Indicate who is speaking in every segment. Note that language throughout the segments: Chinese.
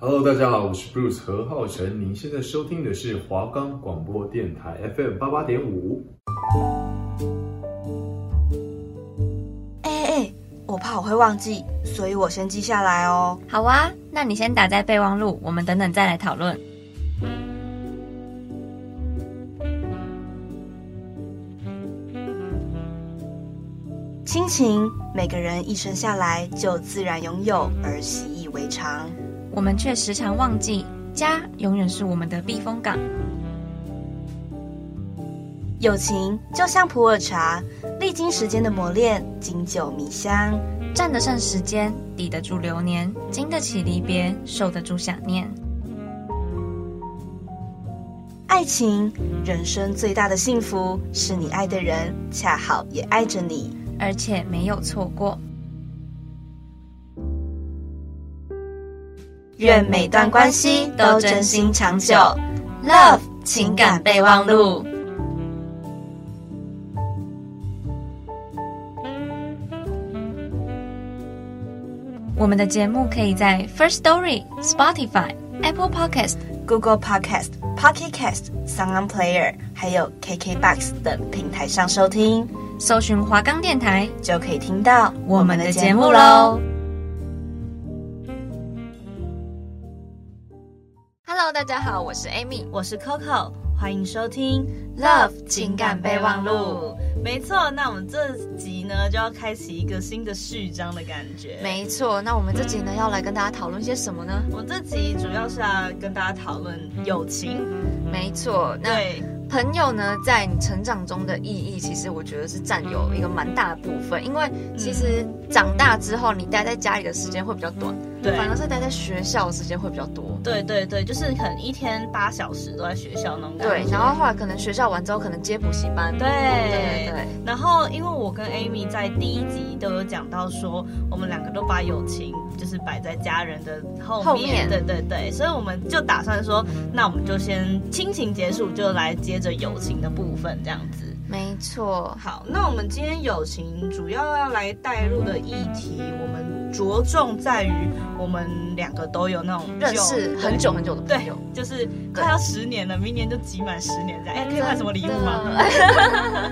Speaker 1: Hello，大家好，我是 Bruce 何浩晨，您现在收听的是华冈广播电台 FM 八八点五。
Speaker 2: 哎哎哎，我怕我会忘记，所以我先记下来哦。
Speaker 3: 好啊，那你先打在备忘录，我们等等再来讨论。
Speaker 2: 亲情，每个人一生下来就自然拥有，而习以为常。
Speaker 3: 我们却时常忘记，家永远是我们的避风港。
Speaker 2: 友情就像普洱茶，历经时间的磨练，经久弥香。
Speaker 3: 站得上时间，抵得住流年，经得起离别，受得住想念。
Speaker 2: 爱情，人生最大的幸福是你爱的人恰好也爱着你。
Speaker 3: 而且没有错过。
Speaker 2: 愿每段关系都真心长久。Love 情感备忘录。
Speaker 3: 我们的节目可以在 First Story、Spotify、Apple Podcast、
Speaker 2: Google Podcast、Pocket Cast、Sound On Player，还有 KKBox 等平台上收听，
Speaker 3: 搜寻华冈电台，
Speaker 2: 就可以听到
Speaker 3: 我们的节目喽。。Hello，大家好，我是 Amy。
Speaker 2: 我是 Coco，欢迎收听
Speaker 3: Love 情感备忘录。
Speaker 2: 没错，那我们这集呢就要开启一个新的序章的感觉。
Speaker 3: 没错，那我们这集呢要来跟大家讨论些什么呢？
Speaker 2: 我们这集主要是要跟大家讨论友情，
Speaker 3: 没错，嗯那
Speaker 2: 对，
Speaker 3: 朋友呢，在你成长中的意义，其实我觉得是占有一个蛮大的部分，因为其实长大之后，你待在家里的时间会比较短，
Speaker 4: 对
Speaker 3: 反而是待在学校的时间会比较多。
Speaker 4: 对对对，就是可能一天八小时都在学校那种感
Speaker 3: 对
Speaker 4: 觉。，
Speaker 3: 然后后来可能学校完之后，可能接补习班。
Speaker 4: 对
Speaker 3: 对对对，
Speaker 4: 然后因为我跟 Amy 在第一集都有讲到说，我们两个都把友情就是摆在家人的后面。
Speaker 3: 后面
Speaker 4: 对对对，所以我们就打算说，那我们就先亲情结束，就来接着友情的部分这样子。
Speaker 3: 没错。
Speaker 4: 好，那我们今天友情主要要来带入的议题，我们着重在于我们两个都有那种
Speaker 3: 认
Speaker 4: 旧
Speaker 3: 识很久很久的朋
Speaker 4: 对
Speaker 3: 友，，
Speaker 4: 就是快要十年了，明年就集满十年这样。哎、可以换什么礼物吗？
Speaker 3: 嗯真的？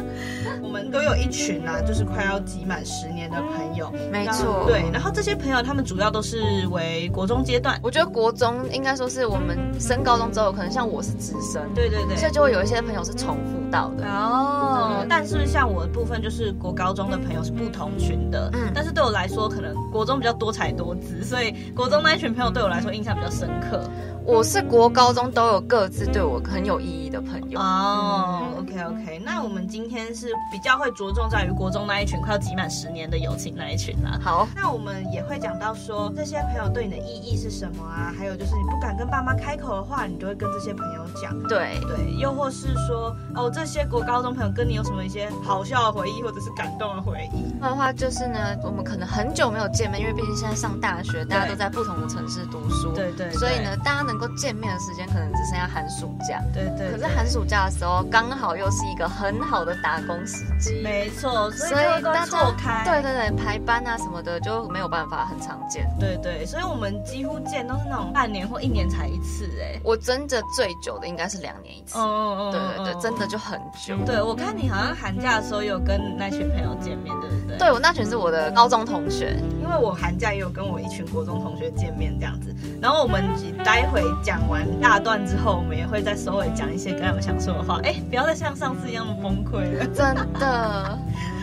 Speaker 4: 我们都有一群啊，就是快要集满十年的朋友。
Speaker 3: 没
Speaker 4: 然后
Speaker 3: 错。
Speaker 4: 对，然后这些朋友他们主要都是为国中阶段。
Speaker 3: 我觉得国中应该说是我们升高中之后，可能像我是直升，
Speaker 4: 对对对
Speaker 3: 所。以就会有一些朋友是重复到的。
Speaker 4: 哦，但是像我的部分就是国高中的朋友是不同群的，
Speaker 3: 嗯
Speaker 4: 但是对我来说，可能国中比较多才多姿，所以国中那一群朋友对我来说印象比较深刻。
Speaker 3: 我是国高中都有各自对我很有意义的朋友。
Speaker 4: 哦、o k OK，那我们今天是比较会着重在于国中那一群快要集满十年的友情那一群啦。
Speaker 3: 好，
Speaker 4: 那我们也会讲到说，这些朋友对你的意义是什么啊？还有就是你不敢跟爸妈开口的话，你就会跟这些朋友讲。
Speaker 3: 对，
Speaker 4: 对，又或是说，哦，这些国高中朋友跟你有什么一些好笑的回忆，或者是感动的回忆？
Speaker 3: 那的话就是呢，我们可能很久没有见面，因为毕竟现在上大学，大家都在不同的城市读书，
Speaker 4: 对对对
Speaker 3: 所以呢，大家能够见面的时间可能只剩下寒暑假。
Speaker 4: 对对
Speaker 3: 可是
Speaker 4: 对
Speaker 3: 寒暑假的时候，刚好又是一个很好的打工时机，
Speaker 4: 没错，所以
Speaker 3: 所
Speaker 4: 就
Speaker 3: 以
Speaker 4: 会都
Speaker 3: 大
Speaker 4: 错
Speaker 3: 家
Speaker 4: 开。
Speaker 3: 对对对排班啊什么的就没有办法很常见。
Speaker 4: 对对，所以我们几乎见都是那种半年或一年才一次、哎。
Speaker 3: 我真的最久的应该是两年一次，
Speaker 4: 嗯嗯
Speaker 3: 对对对，真。的就很久。
Speaker 4: 对，我看你好像寒假的时候有跟那群朋友见面，对不对？
Speaker 3: 对我那群是我的高中同学，
Speaker 4: 因为我寒假也有跟我一群国中同学见面这样子，然后我们待会讲完大段之后，我们也会在收尾讲一些跟他们想说的话。哎，不要再像上次一样的崩溃了。
Speaker 3: 真的。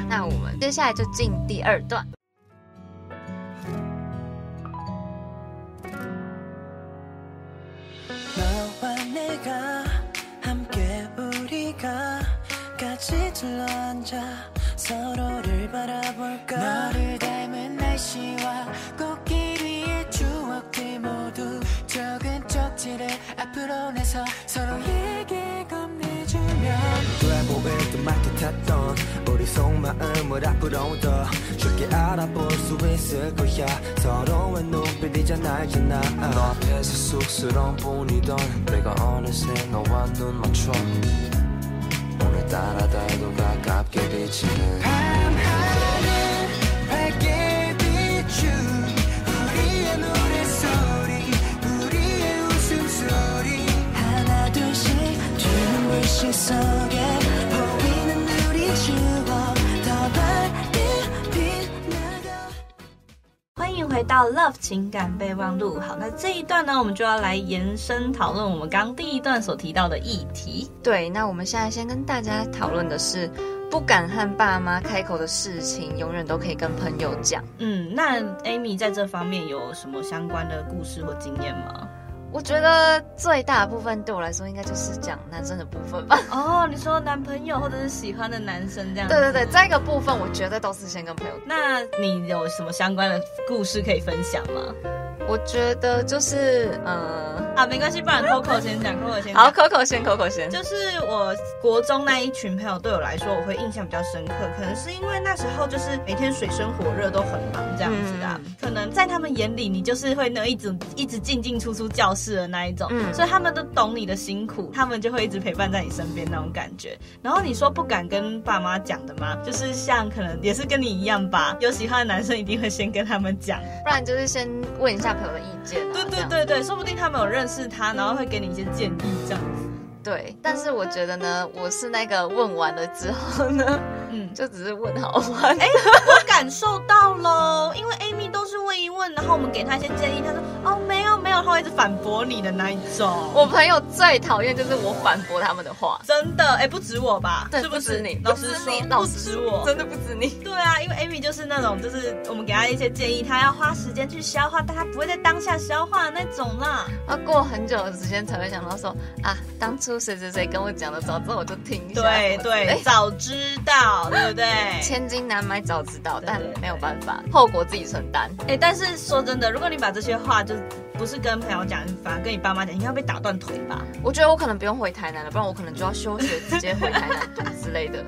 Speaker 3: 那我们接下来就进第二段。
Speaker 5: 너와 내가 함께 우리가 같이 둘러앉아 서로를 바라볼까 너를 닮은 날씨와 꽃길 위의 추억들 모두 적은 쪽지를 앞으로 내서 서로에게 건네주면
Speaker 6: 트래블을 또 맞게 탔던 우리 속마음을 앞으로 더 쉽게 알아볼 수 있을 거야 서로의 눈빛이 잘 알잖아 너 앞에서 쑥스러운 뿐이던 내가 어느새 너와 눈 맞춰 오늘따라 달도 가깝게 비치는
Speaker 5: 밤하늘 밝게 비춘 우리의 노래소리 우리의
Speaker 4: 到 Love 情感备忘录。好，那这一段呢，我们就要来延伸讨论我们刚第一段所提到的议题。
Speaker 3: 对，那我们现在先跟大家讨论的是，不敢和爸妈开口的事情，永远都可以跟朋友讲。
Speaker 4: 嗯，那 Amy 在这方面有什么相关的故事或经验 吗？
Speaker 3: 我觉得最大的部分对我来说，应该就是讲男生的部分 吧。
Speaker 4: 哦，你说男朋友或者是喜欢的男生这样
Speaker 3: 对对对，这个部分我绝对都是先跟朋友。
Speaker 4: 那你有什么相关的故事可以分享吗？
Speaker 3: 我觉得就是，呃，
Speaker 4: 啊，没关系，不然 Coco 先讲，Coco 先讲。
Speaker 3: 好，Coco 先，Coco 先。
Speaker 4: 就是我国中那一群朋友，对我来说，我会印象比较深刻，可能是因为那时候就是每天水深火热，都很忙这样子啊。
Speaker 3: 嗯
Speaker 4: 可能在他们眼里，你就是会那一直一直进进出出教室的那一种，
Speaker 3: 嗯
Speaker 4: 所以他们都懂你的辛苦，他们就会一直陪伴在你身边那种感觉。然后你说不敢跟爸妈讲的吗？就是像可能也是跟你一样吧，有喜欢的男生一定会先跟他们讲。
Speaker 3: 不然就是先问一下朋友的意见、啊。
Speaker 4: 对
Speaker 3: 这
Speaker 4: 对
Speaker 3: 样
Speaker 4: 对对，说不定他们有认识他，然后会给你一些建议这样子。
Speaker 3: 对。但是我觉得呢，我是那个问完了之后 呢，
Speaker 4: 嗯，
Speaker 3: 就只是问好玩。哎、
Speaker 4: 我感受到喽， 因为 Amy 都是问一问，然后我们给她一些建议，她说哦没有没有，她会一直反驳你的那一种。
Speaker 3: 我朋友最讨厌就是我反驳他们的话。
Speaker 4: 真的哎、不止我吧？
Speaker 3: 对
Speaker 4: 是
Speaker 3: 不
Speaker 4: 是
Speaker 3: 止你
Speaker 4: 老师
Speaker 3: 不止
Speaker 4: 说
Speaker 3: 你
Speaker 4: 不
Speaker 3: 老师
Speaker 4: 止我，
Speaker 3: 真的不止你，
Speaker 4: 对啊，因为 Amy 就是那种，就是我们给她一些建议，她要花时间去消化，但她不会在当下消化的那种啦。
Speaker 3: 要过很久的时间才会想到说啊，当初谁谁谁跟我讲的，早知道我就 听一下。
Speaker 4: 对
Speaker 3: 什么之类的
Speaker 4: 对，早知道，对不对？
Speaker 3: 千金难买早知道，
Speaker 4: 对
Speaker 3: 但
Speaker 4: 对对
Speaker 3: 没有办法，后果自己承担。
Speaker 4: 哎、但是说真的，如果你把这些话就不是跟朋友讲，反而跟你爸妈讲，应该会被打断腿吧？
Speaker 3: 我觉得我可能不用回台南了，不然我可能就要休学，直接回台南读之类 的。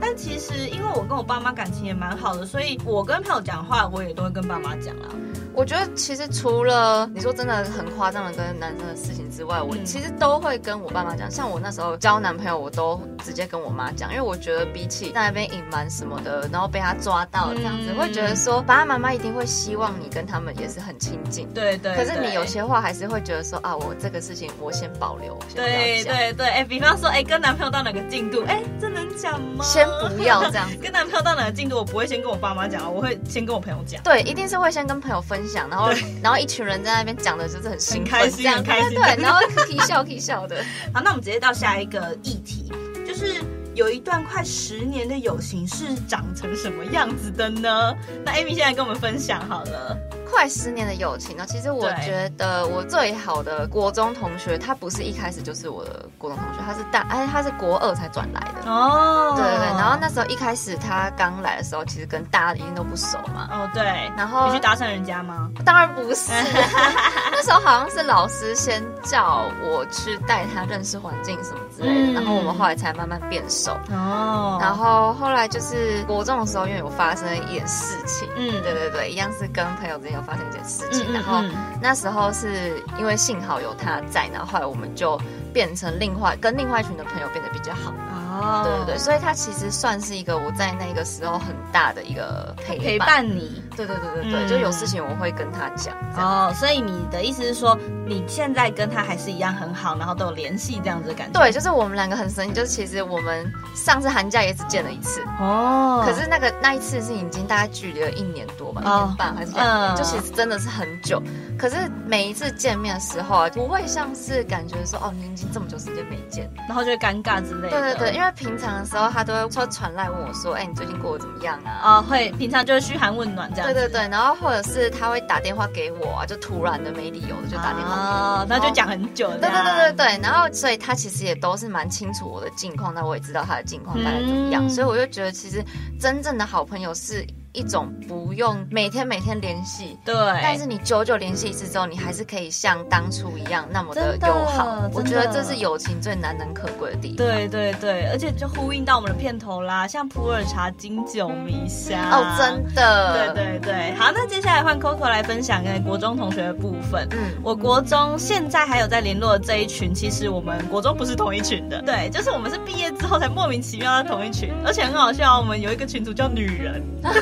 Speaker 4: 但其实因为我跟我爸妈感情也蛮好的，所以我跟朋友讲话，我也都会跟爸妈讲啦。啊
Speaker 3: 我觉得其实除了你说真的很夸张的跟男生的事情之外，我
Speaker 4: 嗯
Speaker 3: 其实都会跟我爸妈讲。像我那时候交男朋友，我都直接跟我妈讲，因为我觉得比起在那边隐瞒什么的，然后被他抓到这样子，
Speaker 4: 嗯
Speaker 3: 会觉得说爸爸妈妈一定会希望你跟他们也是很亲近。
Speaker 4: 对对
Speaker 3: 可是你
Speaker 4: 对
Speaker 3: 有些话还是会觉得说啊，我这个事情我先保留，我先不
Speaker 4: 对
Speaker 3: 要讲，
Speaker 4: 对对，哎、比方说，哎、跟男朋友到哪个进度，哎、这能讲吗？
Speaker 3: 先不要这样子。
Speaker 4: 跟男朋友到哪个进度，我不会先跟我爸妈讲，我会先跟我朋友讲。
Speaker 3: 对，一定是会先跟朋友分享，然后然后一群人在那边讲的就是很兴奋，
Speaker 4: 开心
Speaker 3: 这样
Speaker 4: 很开心
Speaker 3: 对对对，然后啼笑啼笑的。
Speaker 4: 好，那我们直接到下一个议题，就是有一段快十年的友情是长成什么样子的呢？那 Amy 现在跟我们分享好了。
Speaker 3: 快十年的友情呢，其实我
Speaker 4: 对
Speaker 3: 觉得我最好的国中同学，他不是一开始就是我的国中同学，他是大，哎，他是国二才转来的。
Speaker 4: 哦
Speaker 3: 对对对，然后那时候一开始他刚来的时候，其实跟大家一定都不熟嘛。
Speaker 4: 哦对，
Speaker 3: 然后
Speaker 4: 你去搭讪人家吗？
Speaker 3: 当然不 是，那时候好像是老师先叫我去带他认识环境什么之类的，
Speaker 4: 嗯
Speaker 3: 然后我们后来才慢慢变熟。
Speaker 4: 哦
Speaker 3: 然后后来就是国中的时候，因为有发生一点事情，
Speaker 4: 嗯
Speaker 3: 对对对，一样是跟朋友之间有发生一件事
Speaker 4: 嗯
Speaker 3: 情，
Speaker 4: 嗯
Speaker 3: 然后
Speaker 4: 嗯。
Speaker 3: 那时候是因为幸好有他在，然后后来我们就变成另外跟另外一群的朋友变得比较好，
Speaker 4: 哦，
Speaker 3: 对对对，所以他其实算是一个我在那个时候很大的一个陪伴，
Speaker 4: 陪伴你。
Speaker 3: 对对对对对，
Speaker 4: 嗯
Speaker 3: 就有事情我会跟他讲，这样。
Speaker 4: 哦，所以你的意思是说，你现在跟他还是一样很好，然后都有联系这样子的感觉？
Speaker 3: 对，，就是我们两个很神奇，就是其实我们上次寒假也只见了一次，
Speaker 4: 哦，
Speaker 3: 可是那个那一次是已经大概距离了一年多吧，
Speaker 4: 哦
Speaker 3: 一年半还是两年，
Speaker 4: 嗯
Speaker 3: 就其实真的是很久。可是每一次见面的时候啊，不会像是感觉说哦，你已经这么久时间没见。
Speaker 4: 然后就会尴尬之类的。
Speaker 3: 对对对，因为平常的时候他都会说传来问我说，哎、你最近过得怎么样啊？
Speaker 4: 哦，会平常就是嘘寒问暖这样
Speaker 3: 对
Speaker 4: 子。
Speaker 3: 对对，然后或者是他会打电话给我啊，就突然的没理由的就打电话给我。
Speaker 4: 哦，那就讲很久这
Speaker 3: 对对
Speaker 4: 样。
Speaker 3: 对对对，然后所以他其实也都是蛮清楚我的近况，那我也知道他的近况大概怎么样，
Speaker 4: 嗯
Speaker 3: 所以我就觉得其实真正的好朋友是一种不用每天每天联系。
Speaker 4: 对
Speaker 3: 但是你久久联系一次之后，你还是可以像当初一样那么的
Speaker 4: 真的
Speaker 3: 友好
Speaker 4: 真的。
Speaker 3: 我觉得这是友情最难能可贵的地方。
Speaker 4: 对对对，而且就呼应到我们的片头啦，像普洱茶、金酒、迷香。
Speaker 3: 哦，真的。
Speaker 4: 啊对。对对，好，那接下来换 Coco 来分享跟国中同学的部分。
Speaker 3: 嗯，
Speaker 4: 我国中现在还有在联络的这一群，其实我们国中不是同一群的，对，就是我们是毕业之后才莫名其妙在同一群，而且很好笑，我们有一个群组叫女人，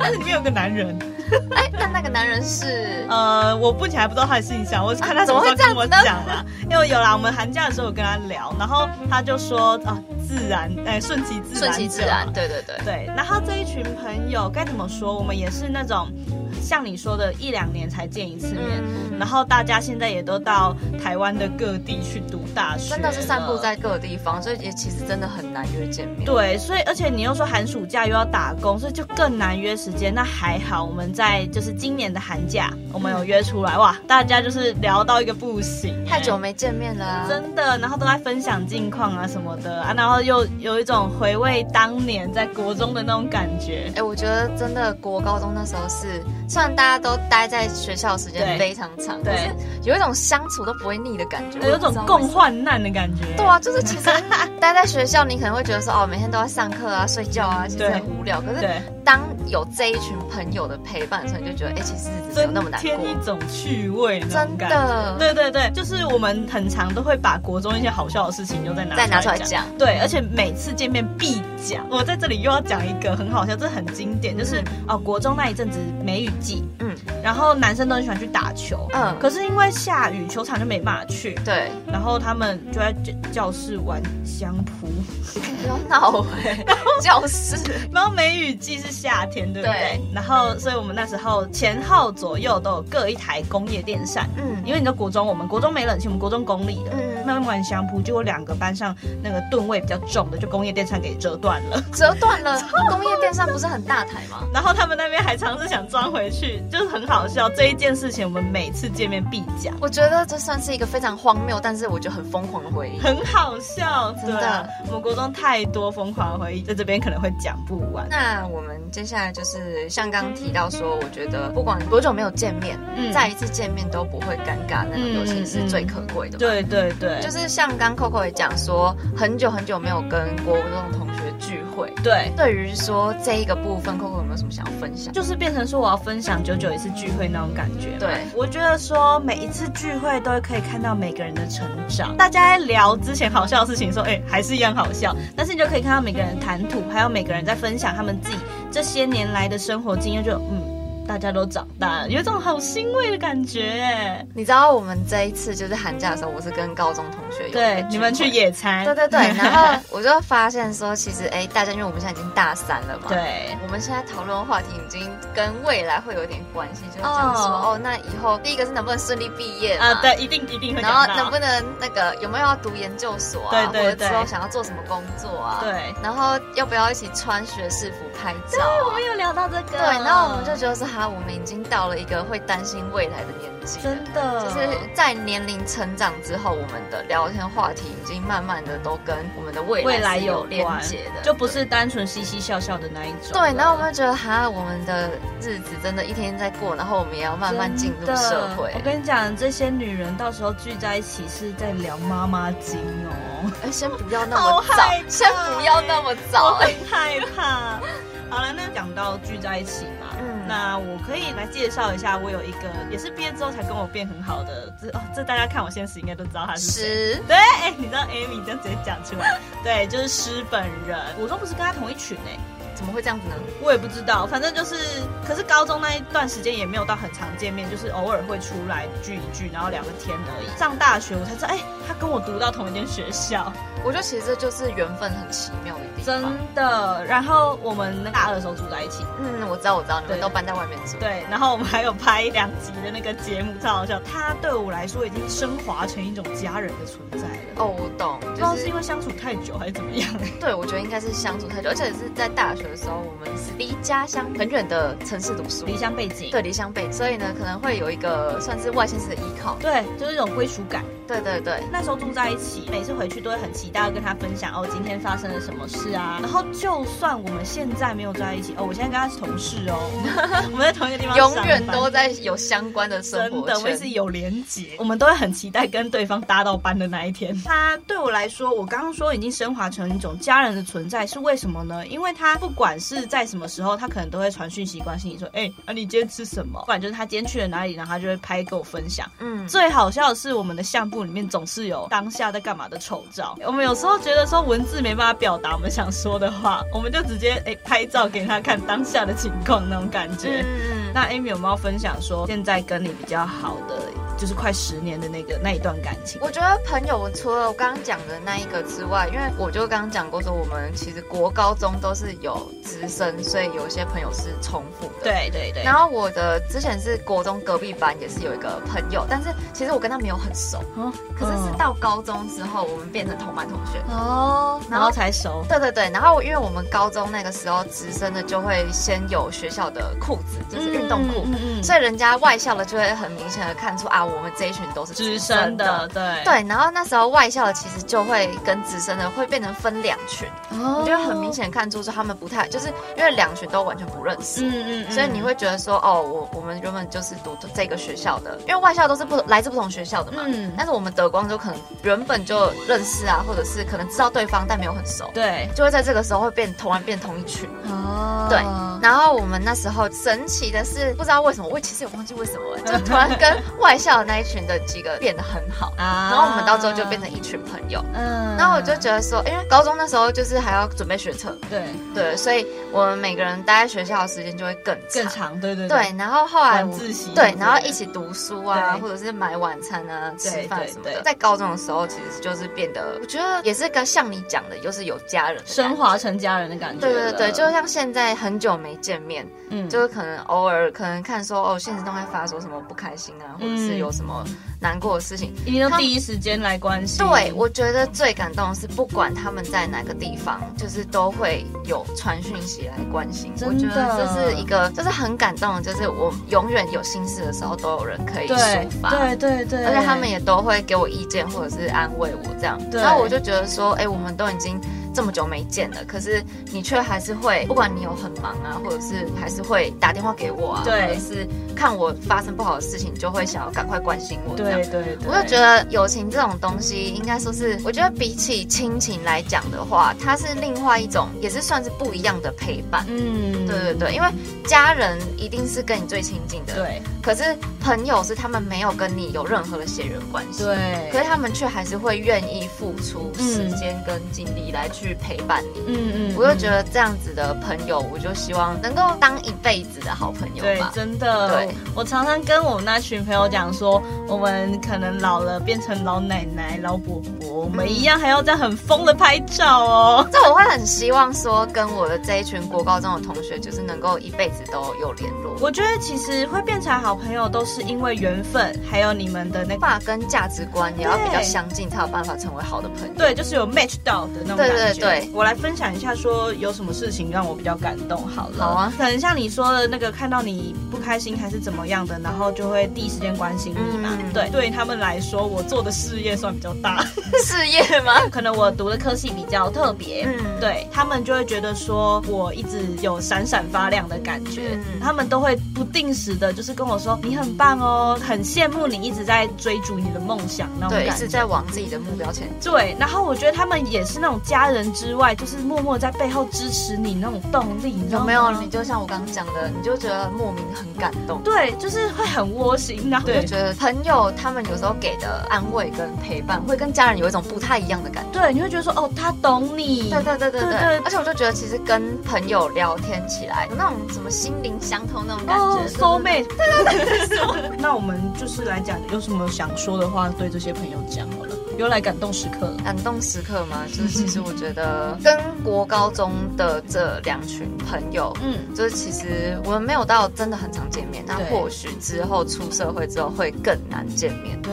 Speaker 4: 但是里面有个男人，
Speaker 3: 哎，那那个男人是
Speaker 4: 呃，我目前还不知道他的性向，我是看他什
Speaker 3: 啊怎么
Speaker 4: 么
Speaker 3: 会
Speaker 4: 时候跟我
Speaker 3: 这样子
Speaker 4: 讲啦，因为有啦，我们寒假的时候有跟他聊，然后他就说啊，自然，哎，顺其自然，
Speaker 3: 顺其自然，。对对对。
Speaker 4: 对，然后这一群朋友该怎么说？我们也是那种像你说的，一两年才见一次面，
Speaker 3: 嗯
Speaker 4: 然后大家现在也都到台湾的各地去读大学了，
Speaker 3: 真的是散布在各个地方，所以也其实真的很难约见面。
Speaker 4: 对，所以而且你又说寒暑假又要打工，所以就更难约时间。那还好，我们在就是今年的寒假，我们有约出来哇，大家就是聊到一个不行，
Speaker 3: 太久没见面了啊、
Speaker 4: 真的，然后都在分享近况啊什么的啊，然后又有一种回味当年在国中的那种感觉
Speaker 3: 哎、。我觉得真的国高中那时候是，虽然大家都待在学校的时间
Speaker 4: 对
Speaker 3: 非常长，
Speaker 4: 对
Speaker 3: 可是有一种相处都不会腻的感觉，
Speaker 4: 有
Speaker 3: 我
Speaker 4: 种
Speaker 3: 不知道为
Speaker 4: 共
Speaker 3: 什么。
Speaker 4: 患难的感觉，
Speaker 3: 对啊，就是其实待在学校，你可能会觉得说哦，每天都在上课啊、睡觉啊，其实
Speaker 4: 对
Speaker 3: 很无聊。可是
Speaker 4: 对，
Speaker 3: 当有这一群朋友的陪伴的时候，你就觉得哎、其实日子没有那么难
Speaker 4: 添
Speaker 3: 过，
Speaker 4: 一种趣味，那种
Speaker 3: 真
Speaker 4: 感觉。
Speaker 3: 的。
Speaker 4: 对对对，就是我们很常都会把国中一些好笑的事情又再拿
Speaker 3: 再拿出
Speaker 4: 出来
Speaker 3: 来
Speaker 4: 讲。
Speaker 3: 讲，
Speaker 4: 对，而且每次见面必讲。我在这里又要讲一个很好笑，这很经典，就是、哦，国中那一阵子梅雨季，
Speaker 3: 嗯
Speaker 4: 然后男生都很喜欢去打球，
Speaker 3: 嗯
Speaker 4: 可是因为下雨，球场就没办法去，
Speaker 3: 对，
Speaker 4: 然后他们就在教教室玩相扑。
Speaker 3: 不要闹哎、 教室
Speaker 4: 然后梅雨季是夏天，对不对？
Speaker 3: 对
Speaker 4: 然后，所以我们那时候前后左右都有各一台工业电扇。
Speaker 3: 嗯
Speaker 4: 因为你知道国中，我们国中没冷气，我们国中公立的，
Speaker 3: 嗯
Speaker 4: 慢慢玩相扑，结果两个班上那个吨位比较重的，就工业电扇给折断 了。
Speaker 3: 折 断了，工业电扇不是很大台吗？
Speaker 4: 然后他们那边还尝试想装回去，就是很好笑。这一件事情我们每次见面必讲，
Speaker 3: 我觉得这算是一个非常荒谬，但是我觉得很疯狂的 回忆。
Speaker 4: 很好笑，
Speaker 3: 真的
Speaker 4: 对啊我们国中太多疯狂的回忆，在这边可能会讲不完。
Speaker 3: 那我们接下来就是像刚刚提到说，我觉得不管多久没有见面，
Speaker 4: 嗯
Speaker 3: 再一次见面都不会尴尬，那种
Speaker 4: 嗯
Speaker 3: 友情是最可贵的嘛。
Speaker 4: 对对对，
Speaker 3: 就是像刚 Coco 也讲说，很久很久没有跟国中同学聚会。
Speaker 4: 对。
Speaker 3: 对于说这一个部分，Coco 有没有什么想要分享？
Speaker 4: 就是变成说我要分享久久一次聚会那种感觉。
Speaker 3: 对，
Speaker 4: 我觉得说每一次聚会都可以看到每个人的成长。大家在聊之前好笑的事情的时候，哎、还是一样好笑，但是你就可以看到每个人的谈吐，还有每个人在分享他们自己这些年来的生活经验，就嗯，大家都长大了，有一种好欣慰的感觉。哎
Speaker 3: 你知道我们这一次就是寒假的时候，我是跟高中同学有一
Speaker 4: 对
Speaker 3: 个，
Speaker 4: 你们
Speaker 3: 聚
Speaker 4: 去
Speaker 3: 会
Speaker 4: 野餐，
Speaker 3: 对对对，然后我就发现说，其实哎，大家因为我们现在已经大三了嘛，，
Speaker 4: 对
Speaker 3: 我们现在讨论的话题已经跟未来会有点关系，就是讲说
Speaker 4: 哦
Speaker 3: 哦那以后第一个是能不能顺利毕业嘛
Speaker 4: 啊，对，，一定一定会
Speaker 3: 然后
Speaker 4: 讲
Speaker 3: 能
Speaker 4: 到
Speaker 3: 不。能那个有没有要读研究所啊，
Speaker 4: 对对
Speaker 3: 或者之后
Speaker 4: 对
Speaker 3: 想要做什么工作啊，，
Speaker 4: 对，
Speaker 3: 然后要不要一起穿学士服拍照啊、
Speaker 4: 我们有聊到这个，
Speaker 3: 对，然后我们就觉得说哈，我们已经到了一个会担心未来的年纪了，
Speaker 4: 真的
Speaker 3: 就是在年龄成长之后，我们的聊天话题已经慢慢的都跟我们的未
Speaker 4: 未来
Speaker 3: 是有连
Speaker 4: 关
Speaker 3: 接的，
Speaker 4: 就不是单纯嘻嘻笑笑的那一种了。
Speaker 3: 对。然后我们就觉得哈，我们的日子真的一天天在过，然后我们也要慢慢进
Speaker 4: 真
Speaker 3: 入
Speaker 4: 的
Speaker 3: 社会
Speaker 4: 我。跟你讲，这些女人到时候聚在一起是在聊妈妈经哦，
Speaker 3: 哎，先不要那
Speaker 4: 好
Speaker 3: 么
Speaker 4: 害
Speaker 3: 早
Speaker 4: 怕欸，
Speaker 3: 先不要那么
Speaker 4: 我
Speaker 3: 早。
Speaker 4: 很害怕。好了，那讲到聚在一起嘛，
Speaker 3: 嗯
Speaker 4: 那我可以来介绍一下，我有一个也是毕业之后才跟我变很好的，这哦，这大家看我现实应该都知道她是谁。
Speaker 3: 十，
Speaker 4: 对， 哎、你知道 Amy 这样直接讲出来，对，就是诗本人。我都不是跟她同一群哎、
Speaker 3: 怎么会这样子呢？
Speaker 4: 我也不知道，反正就是，可是高中那一段时间也没有到很常见面，就是偶尔会出来聚一聚，然后聊个天而已。上大学我才知道，哎、他跟我读到同一间学校，
Speaker 3: 我觉得其实这就是缘分很奇妙的地
Speaker 4: 真
Speaker 3: 方。
Speaker 4: 的。然后我们大二的时候住在一起，
Speaker 3: 嗯，我知道，我知道，你们
Speaker 4: 对
Speaker 3: 都搬在外面住。
Speaker 4: 对，然后我们还有拍两集的那个节目，超好笑。他对我来说已经升华成一种家人的存在了。
Speaker 3: 哦，我懂，
Speaker 4: 不知道
Speaker 3: 就是
Speaker 4: 因为相处太久还是怎么样，
Speaker 3: 对，我觉得应该是相处太久，而且是在大学的时候，我们是离家乡很远的城市读书，
Speaker 4: 离乡背景，
Speaker 3: 对离乡背，所以呢，可能会有一个算是外县市的依靠。
Speaker 4: 对，就是一种归属感。
Speaker 3: 对对对，
Speaker 4: 那时候住在一起，每次回去都会很期待要跟他分享哦，今天发生了什么事啊。然后就算我们现在没有在一起哦，我现在跟他是同事 哦，我们在同一个地方上
Speaker 3: 永
Speaker 4: 班，
Speaker 3: 远都在有相关的生
Speaker 4: 真
Speaker 3: 活
Speaker 4: 的会是
Speaker 3: 圈。
Speaker 4: 有连结，我们都会很期待跟对方搭到班的那一天。 他对我来说，我刚刚说已经升华成一种家人的存在，是为什么呢？因为他不管是在什么时候，他可能都会传讯息关心你说，哎、啊你今天吃什么？不然就是他今天去了哪里，然后他就会拍给我分享。
Speaker 3: 嗯，
Speaker 4: 最好笑的是，我们的相簿里面总是有当下在干嘛的丑照。我们有时候觉得说文字没办法表达我们想说的话，我们就直接诶、拍照给他看当下的情况那种感觉。
Speaker 3: 嗯，
Speaker 4: 那 Amy 有没有分享说现在跟你比较好的就是快十年的那个那一段感情。
Speaker 3: 我觉得朋友除了我刚刚讲的那一个之外，因为我就刚刚讲过说，我们其实国高中都是有直升，所以有一些朋友是重复的。。
Speaker 4: 对对对，
Speaker 3: 然后我的之前是国中隔壁班，也是有一个朋友，但是其实我跟他没有很熟，
Speaker 4: 哦
Speaker 3: 可是是到高中之后，我们变成同班同学。
Speaker 4: 哦，然
Speaker 3: 然后
Speaker 4: 后才熟。
Speaker 3: 对对对，然后因为我们高中那个时候直升的就会先有学校的裤子，就是运动裤，
Speaker 4: 嗯嗯嗯
Speaker 3: 所以人家外校的就会很明显的看出啊，我们这一群都是
Speaker 4: 直
Speaker 3: 升
Speaker 4: 升的，。对
Speaker 3: 对，然后那时候外校的其实就会跟直升的会变成分两群，
Speaker 4: 哦
Speaker 3: 你就会很明，显看出说他们不太，就是因为两群都完全不认识，
Speaker 4: 嗯嗯，
Speaker 3: 所以你会觉得说，哦，我我们原本就是读这个学校的，因为外校都是不来自不同学校的嘛。
Speaker 4: 嗯
Speaker 3: 但是我们德光就可能原本就认识啊，或者是可能知道对方，但没有很熟，
Speaker 4: 对
Speaker 3: 就会在这个时候会变突然变同一群。
Speaker 4: 哦
Speaker 3: 对，然后我们那时候神奇的是，不知道为什么，我其实也忘记为什么了，就突然跟外校的那一群的几个变得很好，
Speaker 4: 啊
Speaker 3: 然后我们到最后就变成一群朋友。
Speaker 4: 嗯
Speaker 3: 然后我就觉得说，因为高中那时候就是还要准备学测，
Speaker 4: 对
Speaker 3: 对，所以我们每个人待在学校的时间就会更
Speaker 4: 更
Speaker 3: 长。
Speaker 4: 长，对对
Speaker 3: 对，然后后来我
Speaker 4: 晚自习
Speaker 3: 对
Speaker 4: 对，
Speaker 3: 然后一起读书啊，
Speaker 4: 对
Speaker 3: 或者是买晚餐啊、吃
Speaker 4: 对
Speaker 3: 饭
Speaker 4: 对
Speaker 3: 什么
Speaker 4: 对
Speaker 3: 的。在高中的时候，其实就是变得，我觉得也是跟像你讲的，就是有家人的感觉
Speaker 4: 升。华成家人的感觉
Speaker 3: 对
Speaker 4: 了。
Speaker 3: 对对，就像现在很久没见面，
Speaker 4: 嗯
Speaker 3: 就是可能偶尔可能看说哦，现实动态发说什么不开心啊，或者是
Speaker 4: 嗯
Speaker 3: 有什么难过的事情。
Speaker 4: 一定要
Speaker 3: 他
Speaker 4: 第一时间来关心。
Speaker 3: 对，我觉得最感动的是，不管他们在哪个地方，就是都会有传讯息来关心。我
Speaker 4: 真的
Speaker 3: 觉得这是一个，就是很感动的，就是我永远有心事的时候都有人可以抒
Speaker 4: 对
Speaker 3: 发。
Speaker 4: 对对对，
Speaker 3: 而且他们也都会给我意见或者是安慰我这样，
Speaker 4: 对
Speaker 3: 然后我就觉得说，哎、我们都已经这么久没见了，可是你却还是会，不管你有很忙啊，或者是还是会打电话给我啊，
Speaker 4: 对
Speaker 3: 或者是看我发生不好的事情，就会想要赶快关心我这样
Speaker 4: 对。对对，
Speaker 3: 我就觉得友情这种东西，应该说是，我觉得比起亲情来讲的话，它是另外一种，也是算是不一样的陪伴。
Speaker 4: 嗯，
Speaker 3: 对对对，因为家人一定是跟你最亲近的，
Speaker 4: 对
Speaker 3: 可是朋友是他们没有跟你有任何的血缘关系，。
Speaker 4: 对，
Speaker 3: 可是他们却还是会愿意付出时间跟精力来去陪伴你。
Speaker 4: 嗯嗯，
Speaker 3: 我就
Speaker 4: 得
Speaker 3: 觉得这样子的朋友，我就希望能够当一辈子的好朋友
Speaker 4: 对，
Speaker 3: 吧。
Speaker 4: 真的，
Speaker 3: 对
Speaker 4: 我常常跟我那群朋友讲说，我们可能老了变成老奶奶、老伯伯，我们一样还要这样很疯的拍照哦。
Speaker 3: 这我会很希望说，跟我的这一群国高中的同学，就是能够一辈子都有联络。
Speaker 4: 我觉得其实会变成好朋友，都是因为缘分，还有你们的那个
Speaker 3: 爸跟价值观也要
Speaker 4: 对
Speaker 3: 比较相近，才有办法成为好的朋友。
Speaker 4: 对，就是有 match 到的那种感
Speaker 3: 对
Speaker 4: 觉。
Speaker 3: 对对
Speaker 4: 我来分享一下，说有什么事情让我比较感动好了。
Speaker 3: 好啊
Speaker 4: 可能像你说的那个，看到你不开心还是怎么样的，然后就会第一时间关心你嘛。
Speaker 3: 嗯
Speaker 4: 对，对于他们来说，我做的事业算比较大，
Speaker 3: 事业 吗？
Speaker 4: 可能我读的科系比较特别。
Speaker 3: 嗯，
Speaker 4: 对他们就会觉得说我一直有闪闪发亮的感觉，
Speaker 3: 嗯
Speaker 4: 他们都会不定时的，就是跟我说你很棒哦，很羡慕你一直在追逐你的梦想那种
Speaker 3: 对，一
Speaker 4: 感觉
Speaker 3: 直。在往自己的目标前进。
Speaker 4: 对，然后我觉得他们也是那种家人之外，就是默默在背后支持你那种动力，你知道
Speaker 3: 有
Speaker 4: 吗
Speaker 3: 没有？你就像我刚刚讲的，你就觉得莫名很感动。
Speaker 4: 对，就是会很窝心，然后
Speaker 3: 我就觉得朋友他们有时候给的安慰跟陪伴，会跟家人有一种不太一样的感觉。
Speaker 4: 对，你会觉得说哦，他懂你，
Speaker 3: 对对对
Speaker 4: 对
Speaker 3: 对对，
Speaker 4: 对
Speaker 3: 而且我就觉得其实跟朋友聊天起来，有那种什么心灵相通那种感
Speaker 4: 哦
Speaker 3: 觉。
Speaker 4: ，soul mate，对对 对， 那我们就是来讲有什么想说的话，对这些朋友讲好了，又来感动时刻了。
Speaker 3: 感动时刻嘛，就是其实我觉得跟国高中的这两群朋友，
Speaker 4: 嗯，
Speaker 3: 就是其实我们没有到真的很常见面，那
Speaker 4: 对
Speaker 3: 或许之后出社会之后会更难见面。
Speaker 4: 对，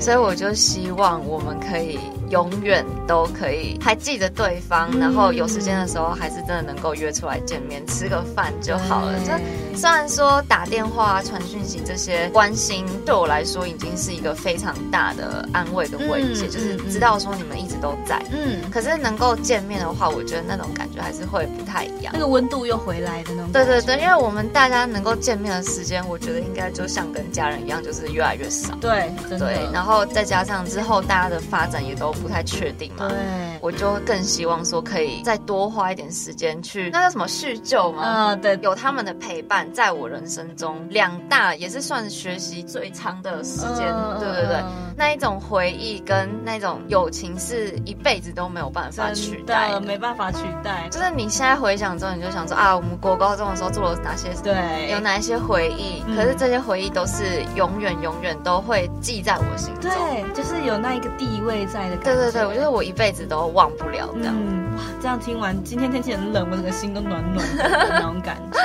Speaker 3: 所以我就希望我们可以永远都可以还记得对方，然后有时间的时候还是真的能够约出来见面吃个饭就好了。就虽然说打电话、传讯息这些关心，对我来说已经是一个非常大的安慰跟慰藉，
Speaker 4: 嗯
Speaker 3: 就是
Speaker 4: 嗯嗯
Speaker 3: 知道说你们一直都在。
Speaker 4: 嗯，
Speaker 3: 可是能够见面的话，我觉得那种感觉还是会不太一样
Speaker 4: 那。个温度又回来的那种。
Speaker 3: 对对对，因为我们大家能够见面的时间，我觉得应该就像跟家人一样，就是越来越少。
Speaker 4: 对，真的，
Speaker 3: 对，然后再加上之后大家的发展也都不太确定嘛，
Speaker 4: 对，
Speaker 3: 我就更希望说可以再多花一点时间去那叫什么叙旧吗？
Speaker 4: 啊，对，
Speaker 3: 有他们的陪伴，在我人生中两大也是算学习最长的时间，
Speaker 4: 嗯
Speaker 3: 对对对
Speaker 4: 嗯嗯，
Speaker 3: 那那一种回忆跟那种友情是一辈子都没有办法取
Speaker 4: 真
Speaker 3: 代
Speaker 4: 的
Speaker 3: 的。
Speaker 4: 没办法取代，
Speaker 3: 就是你现在回想之后，你就想说啊，我们国高中的时候做了哪些事，
Speaker 4: 对，
Speaker 3: 有哪一些回忆？
Speaker 4: 嗯
Speaker 3: 可是这些回忆都是永远永远都会记在我心中。
Speaker 4: 对，就是有那一个地位在的感觉。
Speaker 3: 对对对，我觉得我一辈子都忘不了这样。
Speaker 4: 嗯，哇这样听完，今天天气很冷，我整个心都暖暖的那种感 觉。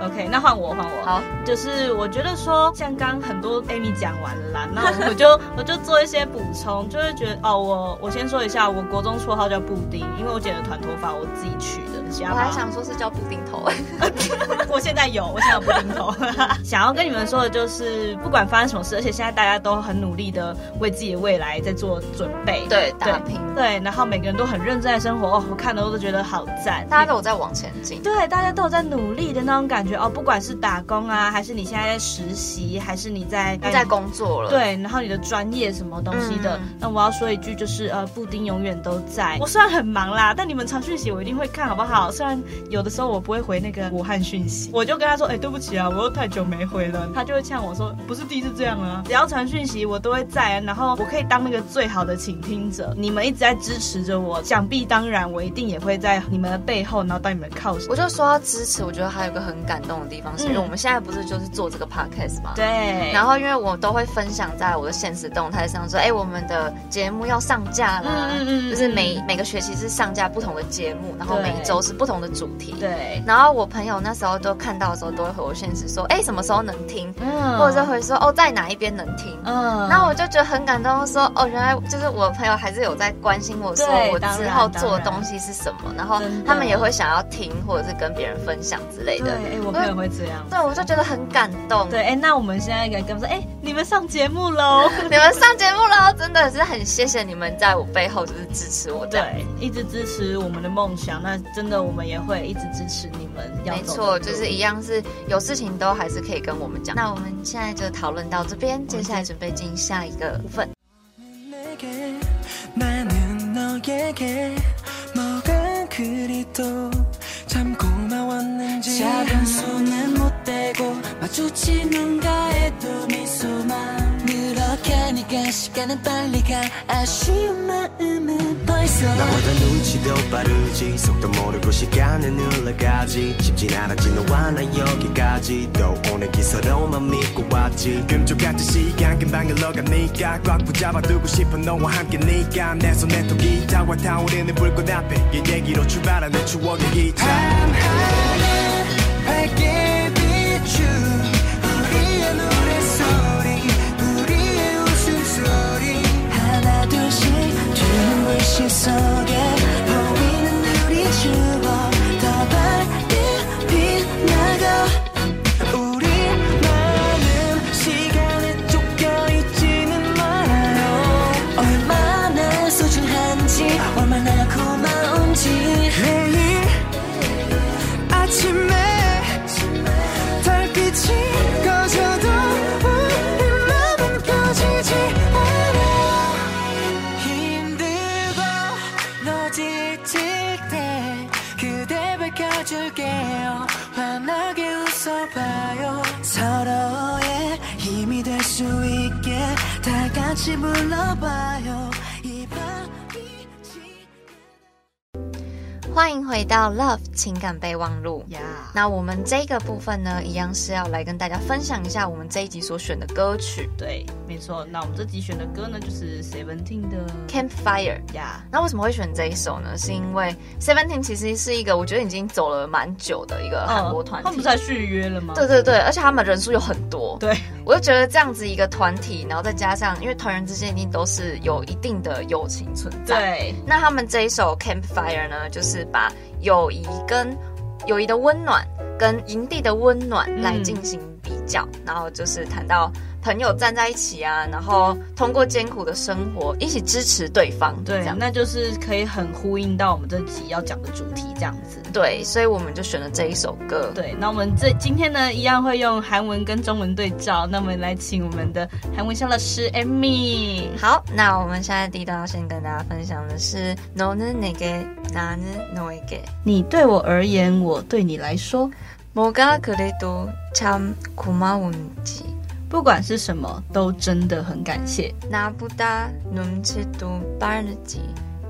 Speaker 4: OK，那换我，换我。
Speaker 3: 好，
Speaker 4: 就是我觉得说，像刚很多 Amy 讲完了 啦，那我就我就做一些补充，就会觉得哦，我我先说一下，我国中绰号叫布丁，因为我剪了团头发，我自己取的。我
Speaker 3: 我还想说是叫布丁头，
Speaker 4: 我现在有，我现在有布丁头。 想要跟你们说的就是，不管发生什么事，而且现在大家都很努力的为自己的未来在做准备，
Speaker 3: 对， 打拼，
Speaker 4: 对，然后每个人都很认真在生活，哦，我看了我都觉得好赞，
Speaker 3: 大家都有在往前进。
Speaker 4: 对，大家都有在努力的那种感觉哦，不管是打工啊，还是你现在在实习，还是你在
Speaker 3: 在工作了，，
Speaker 4: 对，然后你的专业什么东西的，
Speaker 3: 嗯
Speaker 4: 那我要说一句，就是呃，布丁永远都在。我虽然很忙啦，但你们传讯息我一定会看，好不好？虽然有的时候我不会回那个武汉讯息，我就跟他说，哎、对不起啊，我又太久没回了。他就会呛我说，不是第一次这样啊，只要传讯息我都会在，然后我可以当那个最好的倾听者。你们一直在支持着我，想必当然我一定也会在你们的背后，然后当你们的靠山。
Speaker 3: 我就说要支持，我觉得还有一个很感动的地方，是因为
Speaker 4: 嗯
Speaker 3: 我们现在不是就是做这个 podcast 嘛，
Speaker 4: 对，然
Speaker 3: 然后因为我都会分享在我的现实动态上，说，哎、我们的节目要上架啦，
Speaker 4: 嗯嗯嗯嗯
Speaker 3: 就是每每个学期是上架不同的节目，然后
Speaker 4: 对
Speaker 3: 每一周是不同的主题。
Speaker 4: 对，
Speaker 3: 然后我朋友那时候都看到的时候，都会回我现实说，哎、什么时候能听？
Speaker 4: 嗯
Speaker 3: 或者是回说，哦，在哪一边能听？
Speaker 4: 嗯
Speaker 3: 那我就觉得很感动，说哦，原来就是我朋友还是有在关心我，说
Speaker 4: 对
Speaker 3: 我
Speaker 4: 当
Speaker 3: 之
Speaker 4: 然
Speaker 3: 后做
Speaker 4: 当
Speaker 3: 的
Speaker 4: 然
Speaker 3: 东西是什么，然后
Speaker 4: 真的
Speaker 3: 他们也会想要听或者是跟别人分享之类
Speaker 4: 对，
Speaker 3: 的。
Speaker 4: 哎、我朋友会这样。
Speaker 3: 对，我就觉得很感动。
Speaker 4: 对，，哎、那我们现在应该跟他们说，哎、你们上节目 喽。
Speaker 3: 你们上节目了，真的是很谢谢你们在我背后就是支持我这样。
Speaker 4: 对，一直支持我们的梦想，那真的我们也会一直支持你们要
Speaker 3: 没
Speaker 4: 走的
Speaker 3: 错，
Speaker 4: 路
Speaker 3: 就是一样是有事情都还是可以跟我们讲。那我们现在就讨论到这边，接下来准备进下一个部分。
Speaker 5: 내게 나는 너에게 뭐가 그리 또 참 고마웠는지 작은 손은 못 대고 마주친 눈가에도 미소만 그렇게 네가 시간은 빨리 가 아쉬운 마음은 벌써
Speaker 6: 나보다 눈치도 빠르지 속도 모르고 시간은 흘러가지 쉽진 않았지 너와 나 여기까지 또 오늘 기사로만 믿고 왔지 금쪽같은 시간 금방 흘러가니까 꽉 붙잡아두고 싶어 너와 함께 니까 내 손에 독이 타와 타오르는 불꽃 앞에 옛 얘기로 출발하는 추억의 기차
Speaker 5: 밝게 비춘 우리의 노래소리 우리의 웃음소리 하나 둘씩 주는 불빛 속에 보이는 우리 추억 더 밝게 빛나가 우리만은 시간에 쫓겨있지는 말아요 얼마나 소중한지 얼마나 고마운지 매일 아침에 달빛이 꺼져도 우리 마음은 꺼지지 않아 힘들고 너 지칠 때 그대 밝혀줄게요 환하게 웃어봐요 서로의 힘이 될 수 있게 다 같이 불러봐요 이 밤이 지
Speaker 3: 欢迎回到 Love 情感备忘录。
Speaker 4: 呀
Speaker 3: 那我们这个部分呢，一样是要来跟大家分享一下我们这一集所选的歌曲
Speaker 4: 对，没错。那我们这集选的歌呢，就是 Seventeen 的
Speaker 3: 《Campfire》。
Speaker 4: 呀
Speaker 3: 那为什么会选这一首呢？是因为 Seventeen 其实是一个我觉得已经走了蛮久的一个韩国团
Speaker 4: 哦他们
Speaker 3: 体
Speaker 4: 不是，还续约了吗？
Speaker 3: 对对对，而且他们人数有很多，
Speaker 4: 对，
Speaker 3: 我就觉得这样子一个团体，然后再加上因为团员之间一定都是有一定的友情存在，
Speaker 4: 对
Speaker 3: 那他们这一首《Campfire》呢，就是把友谊跟友谊的温暖跟营地的温暖
Speaker 4: 嗯
Speaker 3: 来进行比较，然后就是谈到朋友站在一起啊，然后通过艰苦的生活一起支持对方，这
Speaker 4: 对
Speaker 3: 样，
Speaker 4: 那就是可以很呼应到我们这集要讲的主题这样子。
Speaker 3: 对，所以我们就选了这一首歌。
Speaker 4: 对，那我们这今天呢，一样会用韩文跟中文对照。那我们来请我们的韩文小老师 Amy。
Speaker 3: 好，那我们现在第一段要先跟大家分享的是《너는내게나는너에게
Speaker 4: 你对我而言，我对你来说，
Speaker 3: 뭐가그래도참고마운지》，
Speaker 4: 不管是什么，都真的很感谢，
Speaker 3: 나보다 눈치도 빠르지.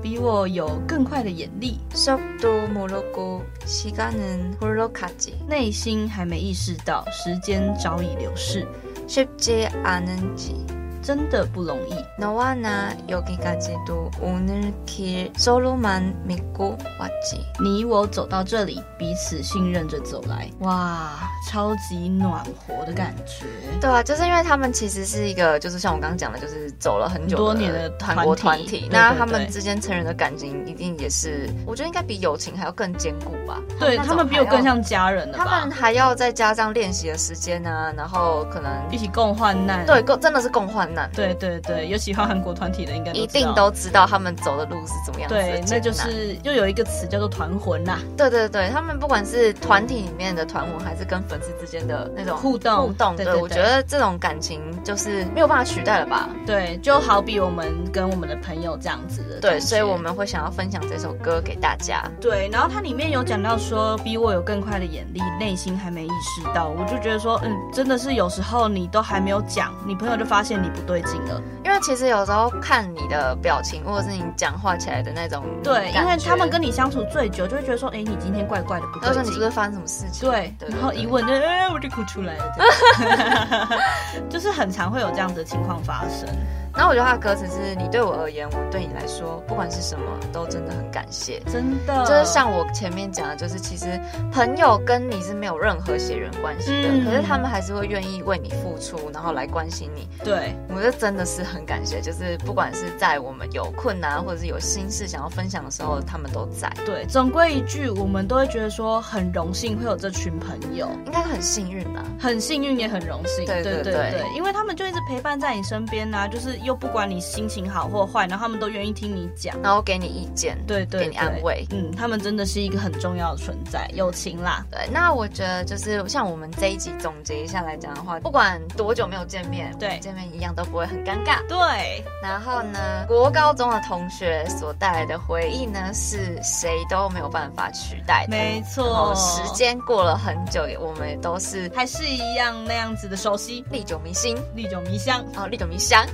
Speaker 4: 比我有更快的眼力，
Speaker 3: 수업도 모르고 시간은 홀로 가지.
Speaker 4: 内心还没意识到时间早已流逝，
Speaker 3: 쉽지 않은지.
Speaker 4: 真的不容易。
Speaker 3: 너와 나 여기까지도 오늘 길 서로만 믿고 왔지.
Speaker 4: 你我走到这里，彼此信任着走来，哇，超级暖和的感觉。
Speaker 3: 对啊，就是因为他们其实是一个，就是像我刚刚讲的，就是走了很久
Speaker 4: 多年的
Speaker 3: 韩国团
Speaker 4: 团体
Speaker 3: 体
Speaker 4: 对，
Speaker 3: 那
Speaker 4: 对
Speaker 3: 他们
Speaker 4: 对
Speaker 3: 之间成人的感情一定也是，我觉得应该比友情还要更坚固吧。
Speaker 4: 对
Speaker 3: 那种
Speaker 4: 他们比我
Speaker 3: 还要
Speaker 4: 更像家人了
Speaker 3: 他
Speaker 4: 吧
Speaker 3: 们？还要再加上练习的时间啊，然后可能
Speaker 4: 一起共患难。
Speaker 3: 对共真的是共患难，
Speaker 4: 对对对，有喜欢韩国团体的应该
Speaker 3: 一
Speaker 4: 知
Speaker 3: 定
Speaker 4: 道
Speaker 3: 都知道他们走的路是怎么样子的
Speaker 4: 对，那
Speaker 3: 艰
Speaker 4: 就是又有一个词叫做团魂呐、
Speaker 3: 难对对对，他们不管是团体里面的团舞，还是跟粉丝之间的那种
Speaker 4: 互动
Speaker 3: 互动，
Speaker 4: 对
Speaker 3: 对
Speaker 4: 对
Speaker 3: 我觉
Speaker 4: 对
Speaker 3: 得这种感情就是没有办法取代了吧。
Speaker 4: 对，就好比我们跟我们的朋友这样子的
Speaker 3: 对，
Speaker 4: 感觉
Speaker 3: 所以我们会想要分享这首歌给大家。
Speaker 4: 对，然后它里面有讲到说，比我有更快的眼力，内心还没意识到，我就觉得说，嗯，真的是有时候你都还没有讲，你朋友就发现你不对劲了。
Speaker 3: 因为其实有时候看你的表情，或者是你讲话起来的那种
Speaker 4: 对，因为
Speaker 3: 感觉
Speaker 4: 他们跟你相处最久，就会觉得说，哎，你今天怪怪的，不
Speaker 3: 他说
Speaker 4: 对
Speaker 3: 你是
Speaker 4: 劲
Speaker 3: 不。是发生什么事情？
Speaker 4: 对，
Speaker 3: 对
Speaker 4: 然后
Speaker 3: 对
Speaker 4: 一问就，哎，我就哭出来了，这样就是很常会有这样子的情况发生。
Speaker 3: 然后我觉得他的歌词是你对我而言，我对你来说，不管是什么，都真的很感谢。
Speaker 4: 真的，
Speaker 3: 就是像我前面讲的，就是其实朋友跟你是没有任何血缘关系的，
Speaker 4: 嗯
Speaker 3: 可是他们还是会愿意为你付出，然后来关心你。
Speaker 4: 对
Speaker 3: 我觉得真的是很感谢，就是不管是在我们有困难啊或者是有心事想要分享的时候，他们都在，
Speaker 4: 对，总归一句，我们都会觉得说很荣幸会有这群朋友，
Speaker 3: 应该很幸运啊吧。
Speaker 4: 很幸运也很荣幸。
Speaker 3: 对对
Speaker 4: 对
Speaker 3: 对
Speaker 4: 因为他们就一直陪伴在你身边呐、就是又不管你心情好或坏，然后他们都愿意听你讲。
Speaker 3: 然后给你意见，
Speaker 4: 对对
Speaker 3: 给你安
Speaker 4: 对
Speaker 3: 慰。
Speaker 4: 嗯，他们真的是一个很重要的存在，友情啦。
Speaker 3: 对，那我觉得就是像我们这一集总结一下来讲的话，不管多久没有见面，
Speaker 4: 对
Speaker 3: 我们见面一样都不会很尴尬。
Speaker 4: 对，
Speaker 3: 然后呢，国高中的同学所带来的回忆呢，是谁都没有办法取代的。
Speaker 4: 没
Speaker 3: 然
Speaker 4: 错，
Speaker 3: 后时间过了很久，也我们也都是
Speaker 4: 还是一样那样子的熟悉，
Speaker 3: 历久弥新，
Speaker 4: 历久弥香。
Speaker 3: 哦，历久弥香。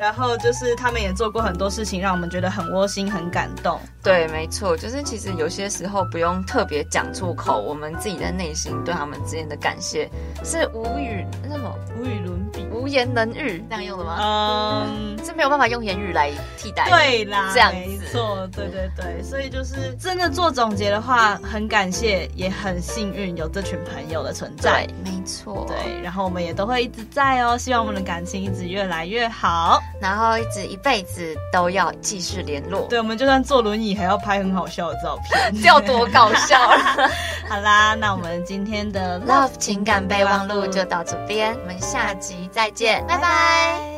Speaker 4: 然后就是他们也做过很多事情，让我们觉得很窝心、很感动。
Speaker 3: 对，没错，就是其实有些时候不用特别讲出口，我们自己在内心对他们之间的感谢是无语，那么
Speaker 4: 无与伦比。
Speaker 3: 无言能语，那样用的吗？
Speaker 4: 嗯，
Speaker 3: 是没有办法用言语来替代。
Speaker 4: 对啦，
Speaker 3: 这样子
Speaker 4: 没错，对对对，所以就是真的做总结的话，很感谢，也很幸运有这群朋友的存在
Speaker 3: 对。，没错。
Speaker 4: 对，然后我们也都会一直在哦，希望我们的感情一直越来越好。
Speaker 3: 然后一直一辈子都要继续联络，
Speaker 4: 对，我们就算坐轮椅还要拍很好笑的照片。
Speaker 3: 这有多搞笑 啊
Speaker 4: 好啦，那我们今天的
Speaker 3: ！Love 情感备忘录就到这边，我们下集再见，拜拜